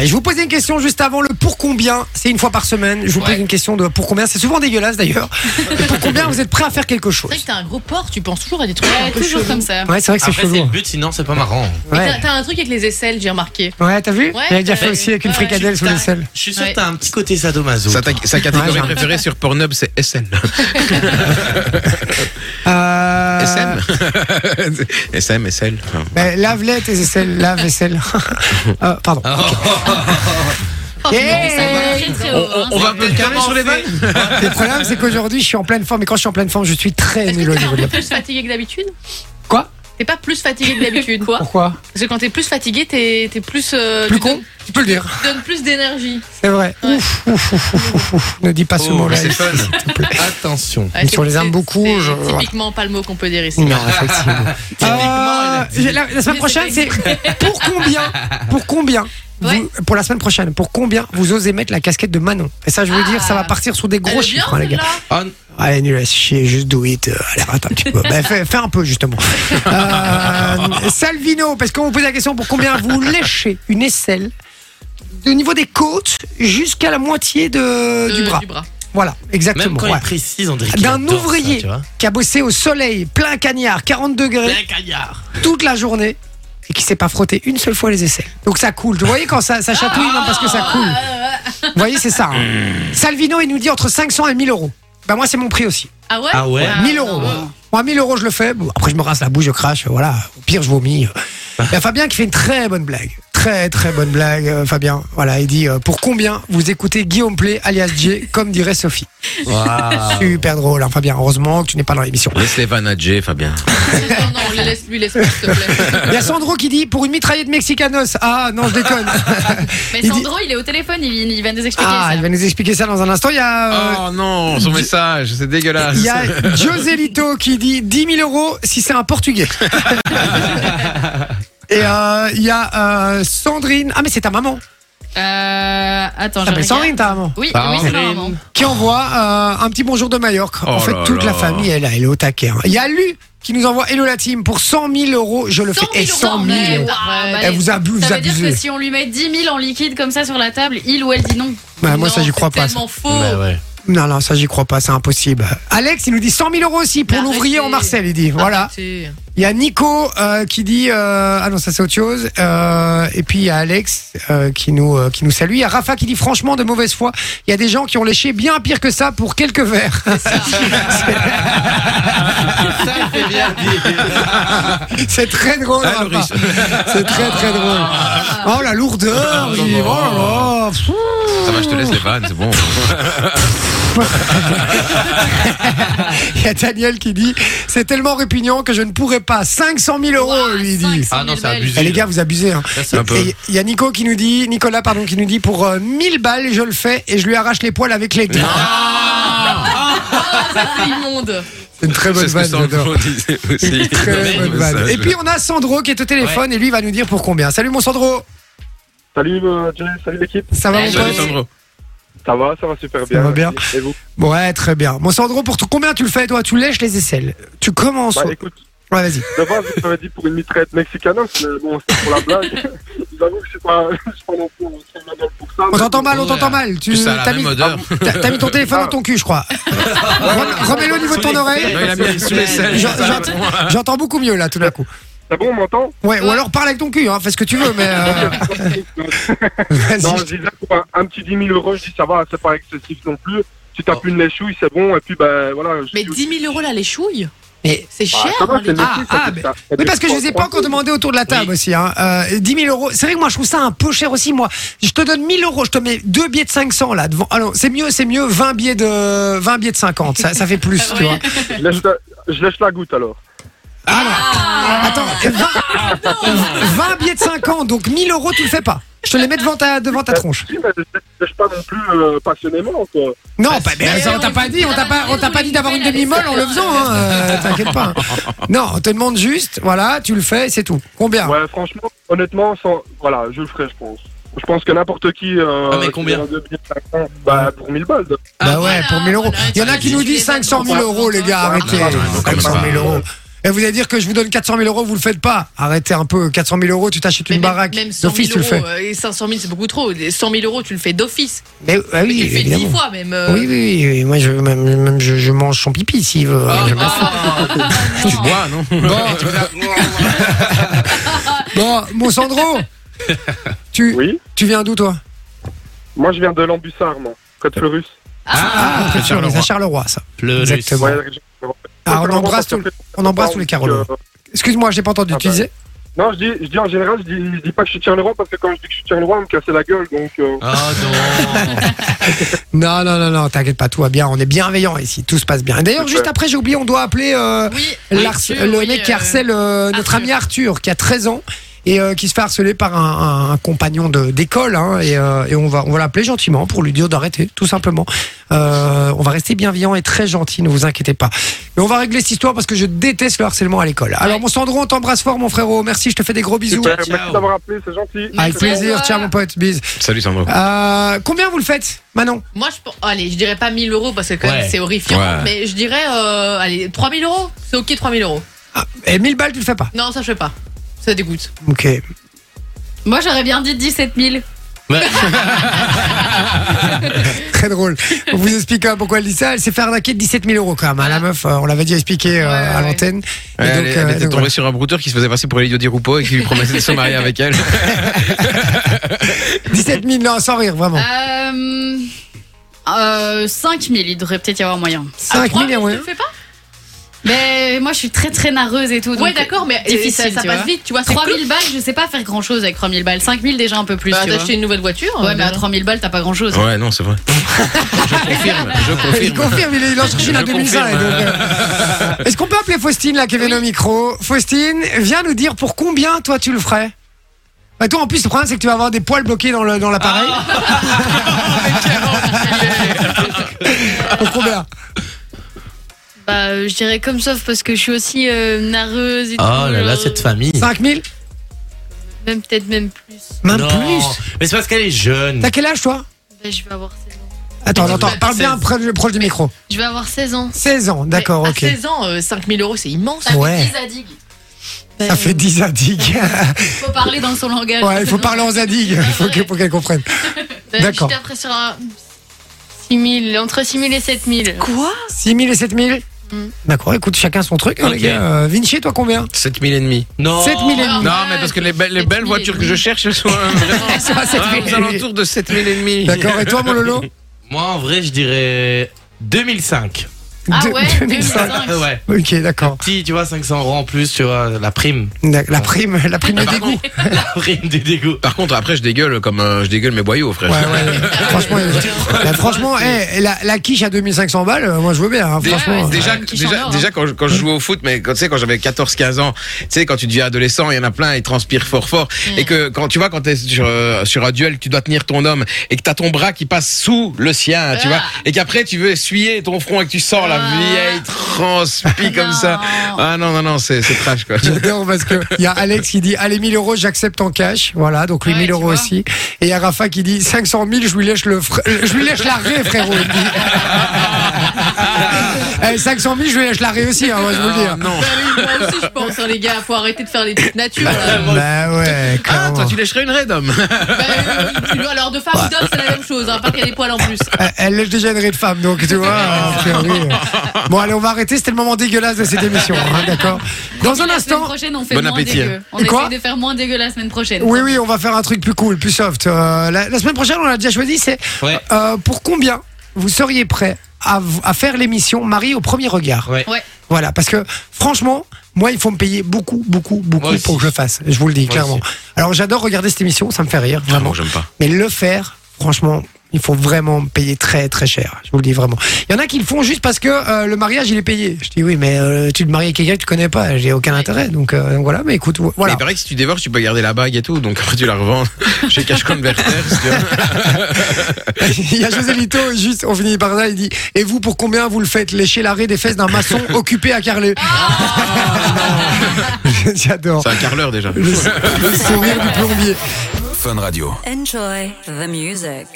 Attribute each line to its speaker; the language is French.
Speaker 1: Et je vous posais une question juste avant le pour combien. C'est une fois par semaine. Je vous
Speaker 2: Ouais.
Speaker 1: pose une question de pour combien. C'est souvent dégueulasse d'ailleurs. Et pour combien vous êtes prêt à faire quelque chose
Speaker 3: C'est vrai que t'as un gros porc, tu penses toujours à des trucs un peu
Speaker 4: toujours
Speaker 3: chelous.
Speaker 4: comme ça.
Speaker 1: Ouais, c'est vrai que c'est
Speaker 2: Après, c'est
Speaker 1: chelou. hein.
Speaker 2: le but, sinon, c'est pas marrant.
Speaker 3: Mais
Speaker 1: Ouais,
Speaker 3: t'as- T'as un truc avec les aisselles, j'ai remarqué.
Speaker 1: ouais t'as vu
Speaker 3: Ouais,
Speaker 1: J'avais déjà
Speaker 3: t'as
Speaker 1: fait
Speaker 3: vu.
Speaker 1: aussi avec une
Speaker 3: Ouais,
Speaker 1: fricadelle sous
Speaker 2: T'as-
Speaker 1: les selles.
Speaker 2: Je suis sûr
Speaker 3: Ouais.
Speaker 2: que t'as un petit côté sadomaso.
Speaker 5: Sa,
Speaker 2: toi.
Speaker 5: ta- sa catégorie
Speaker 1: Ouais, j'ai-
Speaker 5: préférée sur Pornhub, c'est SN.
Speaker 1: Euh,
Speaker 5: SM SM, SL.
Speaker 1: ben, lave-les tes aisselles, lave vaisselle. euh, pardon.
Speaker 3: Oh,
Speaker 1: Yeah.
Speaker 3: mais ça va très,
Speaker 1: Euh,
Speaker 3: très haut, hein.
Speaker 5: On va peut-être calmer sur les vannes
Speaker 1: Le problème, c'est qu'aujourd'hui, je suis en pleine forme. Et quand je suis en pleine forme, je suis très
Speaker 3: Est-ce
Speaker 1: nul
Speaker 3: que
Speaker 1: au
Speaker 3: t'es
Speaker 1: niveau
Speaker 3: un
Speaker 1: de la-
Speaker 3: peu plus fatigué que d'habitude
Speaker 1: Quoi
Speaker 3: T'es pas plus fatigué que d'habitude, quoi
Speaker 1: Pourquoi
Speaker 3: Parce que quand t'es plus fatigué, t'es t'es plus. euh,
Speaker 1: Plus
Speaker 3: tu
Speaker 1: con
Speaker 3: donnes-
Speaker 1: Tu peux le dire.
Speaker 3: Tu donnes plus d'énergie.
Speaker 1: C'est vrai.
Speaker 3: Ouais.
Speaker 1: Ouf, ouf, ouf, ouf, ouf, ouf. Ne dis pas ce
Speaker 5: Oh,
Speaker 1: mot-là.
Speaker 5: c'est fun. Attention.
Speaker 3: Ouais,
Speaker 1: Mais
Speaker 3: c'est-
Speaker 1: on les aime
Speaker 3: c'est-
Speaker 1: beaucoup,
Speaker 3: c'est
Speaker 1: je- voilà.
Speaker 3: Typiquement, pas le mot qu'on peut dire ici.
Speaker 1: Non, effectivement. Euh, la, la semaine
Speaker 3: Mais
Speaker 1: prochaine, c'est
Speaker 3: c'est
Speaker 1: pour combien Pour combien vous-
Speaker 3: Ouais.
Speaker 1: Pour la semaine prochaine, pour combien vous osez mettre la casquette de Manon Et ça, je veux
Speaker 3: Ah.
Speaker 1: dire, ça va partir sur des gros
Speaker 3: Elle est bien,
Speaker 1: chiffres, hein, les gars.
Speaker 3: celle-là
Speaker 2: Oh,
Speaker 1: Allez, nul à chier, juste do it. euh, allez, rate un petit peu. Bah, fais, fais un peu, justement. Euh, Salvino, parce qu'on vous pose la question pour combien vous léchez une aisselle au niveau des côtes jusqu'à la moitié de-
Speaker 3: De-
Speaker 1: Euh, du bras.
Speaker 3: Du bras.
Speaker 1: Voilà,
Speaker 2: Même
Speaker 1: exactement.
Speaker 2: quand
Speaker 1: ouais.
Speaker 2: il précise, on dirait qu'il
Speaker 1: D'un
Speaker 2: adore ça,
Speaker 1: ouvrier
Speaker 2: tu vois.
Speaker 1: qui a bossé au soleil, plein cagnard, 40 degrés,
Speaker 2: Un cagnard.
Speaker 1: toute la journée et qui s'est pas frotté une seule fois les aisselles. Donc ça coule. Vous voyez quand ça, ça chatouille, non, parce que ça coule. Vous voyez, c'est ça. hein. Salvino, il nous dit entre 500 et 1000 euros. Bah moi, c'est mon prix aussi.
Speaker 3: Ah ouais
Speaker 2: Ah ouais
Speaker 1: 1000 euros.
Speaker 3: non.
Speaker 1: Moi, 1000 euros, je le fais. Bon, après, je me rase la bouche, je crache. euh, Voilà. Au pire, je vomis. Il y a Fabien qui fait une très bonne blague. Très, très bonne blague, euh, Fabien. Voilà, il dit euh, Pour combien vous écoutez Guillaume Play, alias J, comme dirait Sophie Super drôle, hein, Fabien. Heureusement que tu n'es pas dans l'émission.
Speaker 5: Laisse les vannes à Jay, Fabien.
Speaker 3: Non, non, on les laisse, lui laisse, s'il te plaît.
Speaker 1: Il y a Sandro qui dit Pour une mitraillette mexicanos. Ah, non, je déconne.
Speaker 4: Mais
Speaker 1: Il dit-
Speaker 4: Sandro, il est au téléphone, il, il va nous expliquer
Speaker 1: Ah,
Speaker 4: ça.
Speaker 1: il va nous expliquer ça dans un instant. Il y a, euh,
Speaker 5: Oh non, son message, c'est dégueulasse.
Speaker 1: il y a Joselito qui dit 10 000 euros si c'est un Portugais. Et euh, il y a euh, Sandrine. Ah, mais c'est ta maman.
Speaker 4: Euh, attends,
Speaker 1: Ah,
Speaker 4: je
Speaker 1: mais Sandrine,
Speaker 4: regarde.
Speaker 1: ta maman.
Speaker 4: Oui,
Speaker 2: Bah,
Speaker 4: oui,
Speaker 5: Sandrine.
Speaker 4: c'est ma maman.
Speaker 1: Qui envoie euh, un petit bonjour de Mallorca. en
Speaker 5: Oh
Speaker 1: fait,
Speaker 5: là
Speaker 1: toute la
Speaker 5: là.
Speaker 1: famille est là. Elle est au taquet. hein. Il y a Lu qui nous envoie Hello la team pour 100 000 euros. Je le
Speaker 3: 100
Speaker 1: fais. Et
Speaker 3: 000
Speaker 1: 100
Speaker 3: euros,
Speaker 1: 000
Speaker 3: mais
Speaker 1: euros.
Speaker 3: ouais.
Speaker 4: Ah, bah,
Speaker 1: Eh, vous abusez.
Speaker 4: ça
Speaker 1: Vous
Speaker 4: veut dire que
Speaker 1: abusez.
Speaker 4: si on lui met 10 000 en liquide comme ça sur la table, il ou elle dit non.
Speaker 1: Bah, moi, ça, j'y
Speaker 3: Non,
Speaker 1: crois
Speaker 3: c'est
Speaker 1: pas. ça. Bah,
Speaker 3: tellement faux.
Speaker 2: Ouais, ouais.
Speaker 1: Non, non, ça, j'y crois pas. C'est impossible. Alex, il nous dit 100 000 euros aussi pour
Speaker 3: Mais
Speaker 1: l'ouvrier
Speaker 3: arrêtez.
Speaker 1: en Marseille. Il dit Voilà.
Speaker 3: Arrêtez.
Speaker 1: Il y a Nico euh, qui dit euh, ah non ça c'est autre chose Euh, et puis il y a Alex euh, qui nous euh, qui nous salue il y a Rafa qui dit franchement de mauvaise foi il y a des gens qui ont léché bien pire que ça pour quelques verres
Speaker 2: Ça, c'est bien dit.
Speaker 1: c'est très drôle
Speaker 5: Ah,
Speaker 1: Rafa.
Speaker 5: Loris.
Speaker 1: c'est très très drôle oh la lourdeur
Speaker 5: Ah,
Speaker 1: il dit,
Speaker 5: non,
Speaker 1: oh là là. Pfff.
Speaker 5: Ça va, je te laisse les vannes, c'est bon.
Speaker 1: il y a Daniel qui dit c'est tellement répugnant que je ne pourrais pas 500 000 euros
Speaker 3: Ouah,
Speaker 1: lui il dit
Speaker 3: 500
Speaker 2: Ah non, c'est
Speaker 3: 000
Speaker 2: abusé.
Speaker 1: Eh, les gars vous abusez hein.
Speaker 2: Ça, c'est
Speaker 5: Un peu.
Speaker 1: Et il y a Nico qui nous dit, Nicolas, pardon, qui nous dit pour euh, 1000 balles, je le fais et je lui arrache les poils avec les gants.
Speaker 5: Ah.
Speaker 3: belges. C'est immonde.
Speaker 1: C'est une très bonne
Speaker 5: C'est ce que
Speaker 1: vanne, j'adore.
Speaker 5: Sandro disait aussi.
Speaker 1: Très bonne vanne. Et puis on a Sandro qui est au téléphone et lui va nous dire pour combien. Salut mon Sandro,
Speaker 6: Salut, euh, Jay, salut l'équipe.
Speaker 1: ça va mon
Speaker 3: Salut.
Speaker 5: Salut
Speaker 1: pote
Speaker 5: Sandro.
Speaker 6: Ça va, ça va super
Speaker 1: Ça
Speaker 6: bien.
Speaker 1: va bien.
Speaker 6: merci. Et vous
Speaker 1: Bon, Ouais, très bien. Mon Sandro, pour tout- combien tu le fais toi Tu lèches les aisselles. Tu commences.
Speaker 6: Bah
Speaker 1: au-
Speaker 6: écoute,
Speaker 1: Ouais, vas-y.
Speaker 6: de base, vous m'avez dit pour une mitraillette mexicanos, mais bon, c'est pour la blague. J'avoue que je suis pas, je suis pas non plus un criminel pour ça.
Speaker 1: On t'entend mal, on
Speaker 5: Ouais.
Speaker 1: t'entend mal. Tu
Speaker 5: Ça a la
Speaker 1: t'as
Speaker 5: même
Speaker 1: mis,
Speaker 5: odeur.
Speaker 1: t'as- t'as mis ton téléphone
Speaker 6: Ah.
Speaker 1: dans ton cul, je crois. Rem- Remets-le au niveau de ton oreille.
Speaker 5: Non, il a mis sous les selles.
Speaker 1: J'en- j'entends- J'entends beaucoup mieux là tout d'un coup.
Speaker 6: C'est bon, on m'entend
Speaker 1: Ouais, ou alors parle avec ton cul, hein, fais ce que tu veux, mais. euh, vas-y.
Speaker 6: Non, je disais pour un, un petit 10 000 euros, je dis ça va, c'est pas excessif non plus. Tu tapes une les chouilles, c'est bon, et puis ben voilà. Je
Speaker 3: Mais
Speaker 6: suis-
Speaker 3: 10 000 euros là, les chouilles
Speaker 1: Mais-
Speaker 3: C'est
Speaker 2: Bah,
Speaker 6: Ah,
Speaker 3: cher.
Speaker 6: ça va,
Speaker 3: hein,
Speaker 6: c'est
Speaker 3: les-
Speaker 6: Mexique,
Speaker 1: Ah,
Speaker 6: ça
Speaker 1: ah,
Speaker 6: coûte ça. Ça
Speaker 1: Oui, parce
Speaker 6: coûte
Speaker 1: que je ne les ai pas encore
Speaker 6: 30
Speaker 1: demandé autour de la table
Speaker 2: Oui.
Speaker 1: aussi. Hein. Euh, 10 000 euros. C'est vrai que moi, je trouve ça un peu cher aussi. Moi, je te donne 1000 euros, je te mets deux billets de 500 là devant. Ah non, c'est mieux, c'est mieux. 20 billets de, 20 billets de 50. Ça, ça fait plus, tu vois.
Speaker 6: Je lèche la, je lèche la goutte alors.
Speaker 1: Ah non. Attends, 20, 20 billets de 50, donc 1000 euros, tu le fais pas. Je te les mets devant ta, devant ta tronche.
Speaker 6: Oui, mais je lèche- je lèche pas non plus euh, passionnément, quoi.
Speaker 1: Non, bah, mais
Speaker 4: Mais
Speaker 1: ça, on t'a
Speaker 4: on
Speaker 1: pas
Speaker 4: dit
Speaker 1: dit, on t'a pas, on t'a pas dit d'avoir une demi-molle en le faisant. Hein. euh, T'inquiète pas. Non, on te demande juste, voilà, tu le fais, c'est tout. Combien
Speaker 6: Ouais, franchement, honnêtement, sans... voilà, je le ferais, je pense. Je pense que n'importe qui. Euh,
Speaker 2: Ah, mais combien
Speaker 6: qui a un devis de 500, Bah, pour 1000 balles. de-
Speaker 1: Bah
Speaker 3: Ah,
Speaker 1: ouais,
Speaker 3: voilà,
Speaker 1: pour 1000 euros.
Speaker 3: voilà,
Speaker 1: Il y en a
Speaker 3: tu
Speaker 1: qui
Speaker 3: l'as
Speaker 1: nous
Speaker 3: dit, tu
Speaker 1: disent
Speaker 3: l'as dit.
Speaker 1: 500 000 euros, les gars,
Speaker 6: Ah,
Speaker 1: arrêtez.
Speaker 6: non, non, non,
Speaker 1: 500 000 euros. Et vous allez dire que je vous donne 400 000 euros, vous le faites pas. Arrêtez un peu. 400 000 euros, tu t'achètes une
Speaker 3: Mais même-
Speaker 1: baraque.
Speaker 3: Même 100
Speaker 1: D'office,
Speaker 3: 000
Speaker 1: tu le fais.
Speaker 3: euros. euh, Et 500 000, c'est beaucoup trop. Les 100 000 euros, tu le fais d'office.
Speaker 1: Mais euh, ah oui,
Speaker 3: tu le fais 10
Speaker 1: évidemment.
Speaker 3: fois même. euh.
Speaker 1: Oui, oui, oui, oui. Moi, je, même, même je, je mange son pipi s'il veut.
Speaker 3: Ah,
Speaker 1: Je-
Speaker 3: ah, ah, ah,
Speaker 5: Tu bois, non
Speaker 1: Bon, mon Sandro, tu,
Speaker 6: Oui.
Speaker 1: tu viens d'où, toi
Speaker 6: Moi, je viens de l'Ambussard, moi.
Speaker 2: Euh.
Speaker 6: Côte Fleurus.
Speaker 1: Ah, c'est sûr,
Speaker 2: Charleroi.
Speaker 1: c'est à Charleroi, ça.
Speaker 5: Euh,
Speaker 2: Fleurus.
Speaker 1: Exactement.
Speaker 6: Ouais, je-
Speaker 1: Ah, on embrasse
Speaker 6: parce
Speaker 1: tout-
Speaker 6: que-
Speaker 1: on embrasse tous les Carolo.
Speaker 6: Euh,
Speaker 1: Excuse-moi, j'ai pas entendu.
Speaker 6: Ah
Speaker 1: Tu
Speaker 6: bah.
Speaker 1: disais
Speaker 6: Non, je dis, je dis en général, je dis, je dis pas que je suis Charleroi parce que quand je dis que je suis Charleroi, on me cassait la gueule. Donc, euh,
Speaker 2: Ah non.
Speaker 1: Non, non, non, non, t'inquiète pas, tout va bien. On est bienveillant ici, tout se passe bien. Et D'ailleurs,
Speaker 6: Super.
Speaker 1: juste après, j'ai oublié, on doit appeler euh,
Speaker 4: Oui,
Speaker 1: l'Ars-
Speaker 4: Arthur,
Speaker 1: le
Speaker 4: oui,
Speaker 1: mec qui
Speaker 4: euh,
Speaker 1: harcèle euh, notre
Speaker 4: Arthur.
Speaker 1: ami Arthur, qui a 13 ans et euh, qui se fait harceler par un, un- un compagnon de- d'école. hein, et euh, et on va, on va l'appeler gentiment pour lui dire d'arrêter, tout simplement. Euh, on va rester bienveillant et très gentil, ne vous inquiétez pas. Mais on va régler cette histoire parce que je déteste le harcèlement à l'école. Alors, mon Sandro, on t'embrasse fort, mon frérot. Merci, je te fais des gros bisous.
Speaker 6: super,
Speaker 2: Ah, ciao.
Speaker 6: merci d'avoir appelé, c'est gentil.
Speaker 1: Avec
Speaker 4: Merci. Au
Speaker 1: plaisir,
Speaker 4: revoir.
Speaker 1: ciao mon pote, bise.
Speaker 5: Salut Sandro.
Speaker 1: Euh, combien vous le faites, Manon
Speaker 3: Moi, je pense. Allez, je dirais pas 1000 euros parce que quand
Speaker 2: Ouais.
Speaker 3: même, c'est horrifiant.
Speaker 5: Ouais.
Speaker 3: Mais je dirais. euh, allez, 3000 euros C'est ok, 3000 euros.
Speaker 1: Ah, Et 1000 balles, tu le fais pas
Speaker 3: Non, ça, je fais pas. Ça dégoûte.
Speaker 1: Ok.
Speaker 4: Moi, j'aurais bien dit 17 000.
Speaker 1: Très drôle. On vous explique hein, pourquoi elle dit ça. Elle s'est fait arnaquer de 17 000 euros quand même. hein. La meuf, euh, on l'avait déjà expliqué euh,
Speaker 3: Ah. Ouais,
Speaker 1: à
Speaker 3: ouais.
Speaker 1: l'antenne. Et
Speaker 5: elle,
Speaker 1: donc,
Speaker 5: elle
Speaker 1: euh,
Speaker 5: était
Speaker 1: donc,
Speaker 5: tombée sur un brouteur qui se faisait passer pour Elio Di Rupo et qui lui promettait de se marier avec elle.
Speaker 1: voilà. 17 000, non, sans rire,
Speaker 3: Ah,
Speaker 1: vraiment.
Speaker 4: Euh, euh, 5 000, il devrait peut-être y avoir moyen.
Speaker 1: 5 000,
Speaker 3: 3000,
Speaker 1: ouais.
Speaker 3: Ah, tu le fais pas
Speaker 4: Mais moi, je suis très très narreuse et tout.
Speaker 3: Ouais,
Speaker 4: donc,
Speaker 3: d'accord, mais euh,
Speaker 4: difficile,
Speaker 3: ça, ça
Speaker 4: tu
Speaker 3: passe
Speaker 4: vois.
Speaker 3: vite, tu vois. c'est
Speaker 4: 3000 balles, je sais pas faire grand chose avec 3000 balles. 5000 déjà un peu plus.
Speaker 3: Bah,
Speaker 4: tu
Speaker 3: t'as
Speaker 4: vois.
Speaker 3: acheté une nouvelle voiture.
Speaker 4: Ouais,
Speaker 3: euh,
Speaker 4: mais à
Speaker 3: déjà.
Speaker 4: 3000 balles, t'as pas grand chose.
Speaker 5: Ouais, non, c'est vrai. Je confirme, je
Speaker 1: Il
Speaker 5: confirme.
Speaker 1: confirme, il est- il en cherche une à
Speaker 5: Je
Speaker 1: 2005.
Speaker 5: confirme,
Speaker 1: donc, euh. Est-ce qu'on peut appeler Faustine, là, qui vient au micro Faustine, viens nous dire pour combien, toi, tu le ferais bah toi en plus le problème c'est que tu vas avoir des poils bloqués dans le dans l'appareil.
Speaker 3: Ah.
Speaker 1: Pour combien
Speaker 4: Bah, euh, je dirais comme sauf parce que je suis aussi euh, narreuse et tout.
Speaker 2: Oh là là,
Speaker 4: genre,
Speaker 2: cette famille.
Speaker 1: 5000
Speaker 4: Même peut-être même plus.
Speaker 1: Même
Speaker 2: Non.
Speaker 1: plus.
Speaker 2: Mais c'est parce qu'elle est jeune.
Speaker 1: T'as quel âge toi
Speaker 4: Bah, je vais avoir 16 ans.
Speaker 1: Attends,
Speaker 3: Mais tu
Speaker 1: attends,
Speaker 3: vas-
Speaker 1: parle bien
Speaker 3: 16.
Speaker 1: proche, proche du micro.
Speaker 4: Je vais avoir 16 ans.
Speaker 1: 16 ans,
Speaker 3: Mais
Speaker 1: d'accord,
Speaker 3: à
Speaker 1: ok.
Speaker 3: 16 ans, euh, 5000 euros, c'est immense.
Speaker 4: Ça
Speaker 1: Ouais.
Speaker 4: fait 10 à dig.
Speaker 1: Ça fait 10 indiques.
Speaker 4: Faut parler dans son langage.
Speaker 1: ouais, il faut parler en zadig, il faut que- pour qu'elle comprenne. d'accord.
Speaker 4: Bah, Je après sur un 6 000, entre 6 000 et 7 000.
Speaker 3: Quoi
Speaker 1: 6 000 et 7 000
Speaker 4: Mm.
Speaker 1: D'accord, écoute, chacun son truc, hein, les
Speaker 2: Ok.
Speaker 1: gars. Euh, Vinci, toi combien
Speaker 5: 7000 et demi.
Speaker 2: Non.
Speaker 1: 7 000 et demi.
Speaker 4: Ah,
Speaker 5: Non, mais parce que les, belles- les
Speaker 4: 7 000
Speaker 5: belles voitures que je cherche, elles sont euh, vraiment
Speaker 1: Ça va, 7 000
Speaker 5: ah,
Speaker 1: et
Speaker 5: aux
Speaker 1: demi.
Speaker 5: alentours de 7000 et demi.
Speaker 1: D'accord, et toi, mon Lolo
Speaker 2: Moi, en vrai, je dirais 2005.
Speaker 4: Ah
Speaker 1: Deux-
Speaker 4: ouais,
Speaker 1: 2005.
Speaker 4: 2005.
Speaker 2: Euh, ouais.
Speaker 1: Ok, d'accord.
Speaker 2: Si, tu vois, 500 euros en plus, tu vois, la prime.
Speaker 1: D'ac- La prime, la prime de
Speaker 5: Ah,
Speaker 1: dégoût.
Speaker 2: La prime du dégoût.
Speaker 5: Par contre, après, je dégueule comme euh, je dégueule mes boyaux, frère.
Speaker 1: Ouais, ouais. franchement, euh, là, franchement eh, la, la quiche à 2500 balles, euh, moi je veux bien, hein,
Speaker 5: Dé-
Speaker 1: franchement.
Speaker 5: déjà,
Speaker 4: Qui
Speaker 5: déjà,
Speaker 4: s'endort,
Speaker 5: déjà quand, je, quand je jouais au foot, mais quand, tu sais, quand j'avais 14-15 ans, tu sais, quand tu deviens adolescent, il y en a plein, ils transpirent fort fort. Et que quand tu vois, quand t'es sur, euh, sur un duel, que tu dois tenir ton homme et que t'as ton bras qui passe sous le sien, tu
Speaker 4: Ah.
Speaker 5: vois, et qu'après tu veux essuyer ton front et que tu sors la
Speaker 4: Ah.
Speaker 5: vieille transpi comme
Speaker 4: Non.
Speaker 5: ça. Ah non, non, non, c'est c'est trash quoi.
Speaker 1: J'adore parce que il y a Alex qui dit allez 1000 euros j'accepte en cash voilà donc lui
Speaker 4: Ouais,
Speaker 1: 1000
Speaker 4: tu
Speaker 1: euros
Speaker 4: vois.
Speaker 1: aussi et il y a Rafa qui dit 500 000 je lui lèche le fr- euh, je lui lèche l'arrêt frérot il dit. Eh, 500 000 je lui lèche l'arrêt aussi hein, moi, je vous le dis hein.
Speaker 5: non.
Speaker 3: bah Moi aussi, je pense, hein, les gars, faut arrêter de faire les petites natures. là.
Speaker 1: bah ouais
Speaker 5: Ah,
Speaker 1: clairement.
Speaker 5: toi, tu lècherais une raide, homme.
Speaker 3: Bah, euh, tu vois, alors de femme ou d'homme, c'est la même chose, hein, pas qu'il y a des poils en plus.
Speaker 1: Elle- Euh, elle lèche déjà une raie de femme donc tu vois a priori, euh. bon allez on va arrêter c'était le moment dégueulasse de cette émission hein, d'accord dans un
Speaker 4: La semaine
Speaker 1: instant
Speaker 4: prochaine, on fait
Speaker 5: Bon
Speaker 4: moins
Speaker 5: appétit.
Speaker 4: dégueu. On
Speaker 1: Quoi
Speaker 4: essaye de faire moins dégueu la semaine prochaine.
Speaker 1: Oui, oui, on va faire un truc plus cool, plus soft. Euh, la, la semaine prochaine, on l'a déjà choisi, c'est
Speaker 2: Ouais.
Speaker 1: euh, pour combien vous seriez prêt à, v- à faire l'émission Marie au premier regard
Speaker 2: Ouais.
Speaker 4: Ouais.
Speaker 1: Voilà, parce que franchement, moi, il faut me payer beaucoup, beaucoup, beaucoup
Speaker 2: Moi aussi.
Speaker 1: pour que je le fasse. Je vous le dis
Speaker 2: Moi
Speaker 1: clairement.
Speaker 2: aussi.
Speaker 1: Alors, j'adore regarder cette émission, ça me fait rire,
Speaker 5: Ah
Speaker 1: vraiment.
Speaker 5: bon, j'aime pas.
Speaker 1: Mais le faire, franchement, il faut vraiment me payer très très cher. Je vous le dis vraiment. Il y en a qui le font juste parce que euh, le mariage il est payé. Je dis oui, mais euh, tu te maries avec quelqu'un que tu connais pas, j'ai aucun intérêt. Donc euh, donc voilà, mais écoute,
Speaker 5: Mais
Speaker 1: voilà.
Speaker 5: il paraît que si tu dévores, tu peux garder la bague et tout, donc après tu la revends chez Cash Converter. si tu veux.
Speaker 1: il y a José Lito, juste, on finit par là, il dit Et vous, pour combien vous le faites Lécher l'arrêt des fesses d'un maçon occupé à carler J'adore.
Speaker 5: C'est un quart l'heure déjà.
Speaker 1: Le, le sourire du plombier.
Speaker 7: Enjoy the music.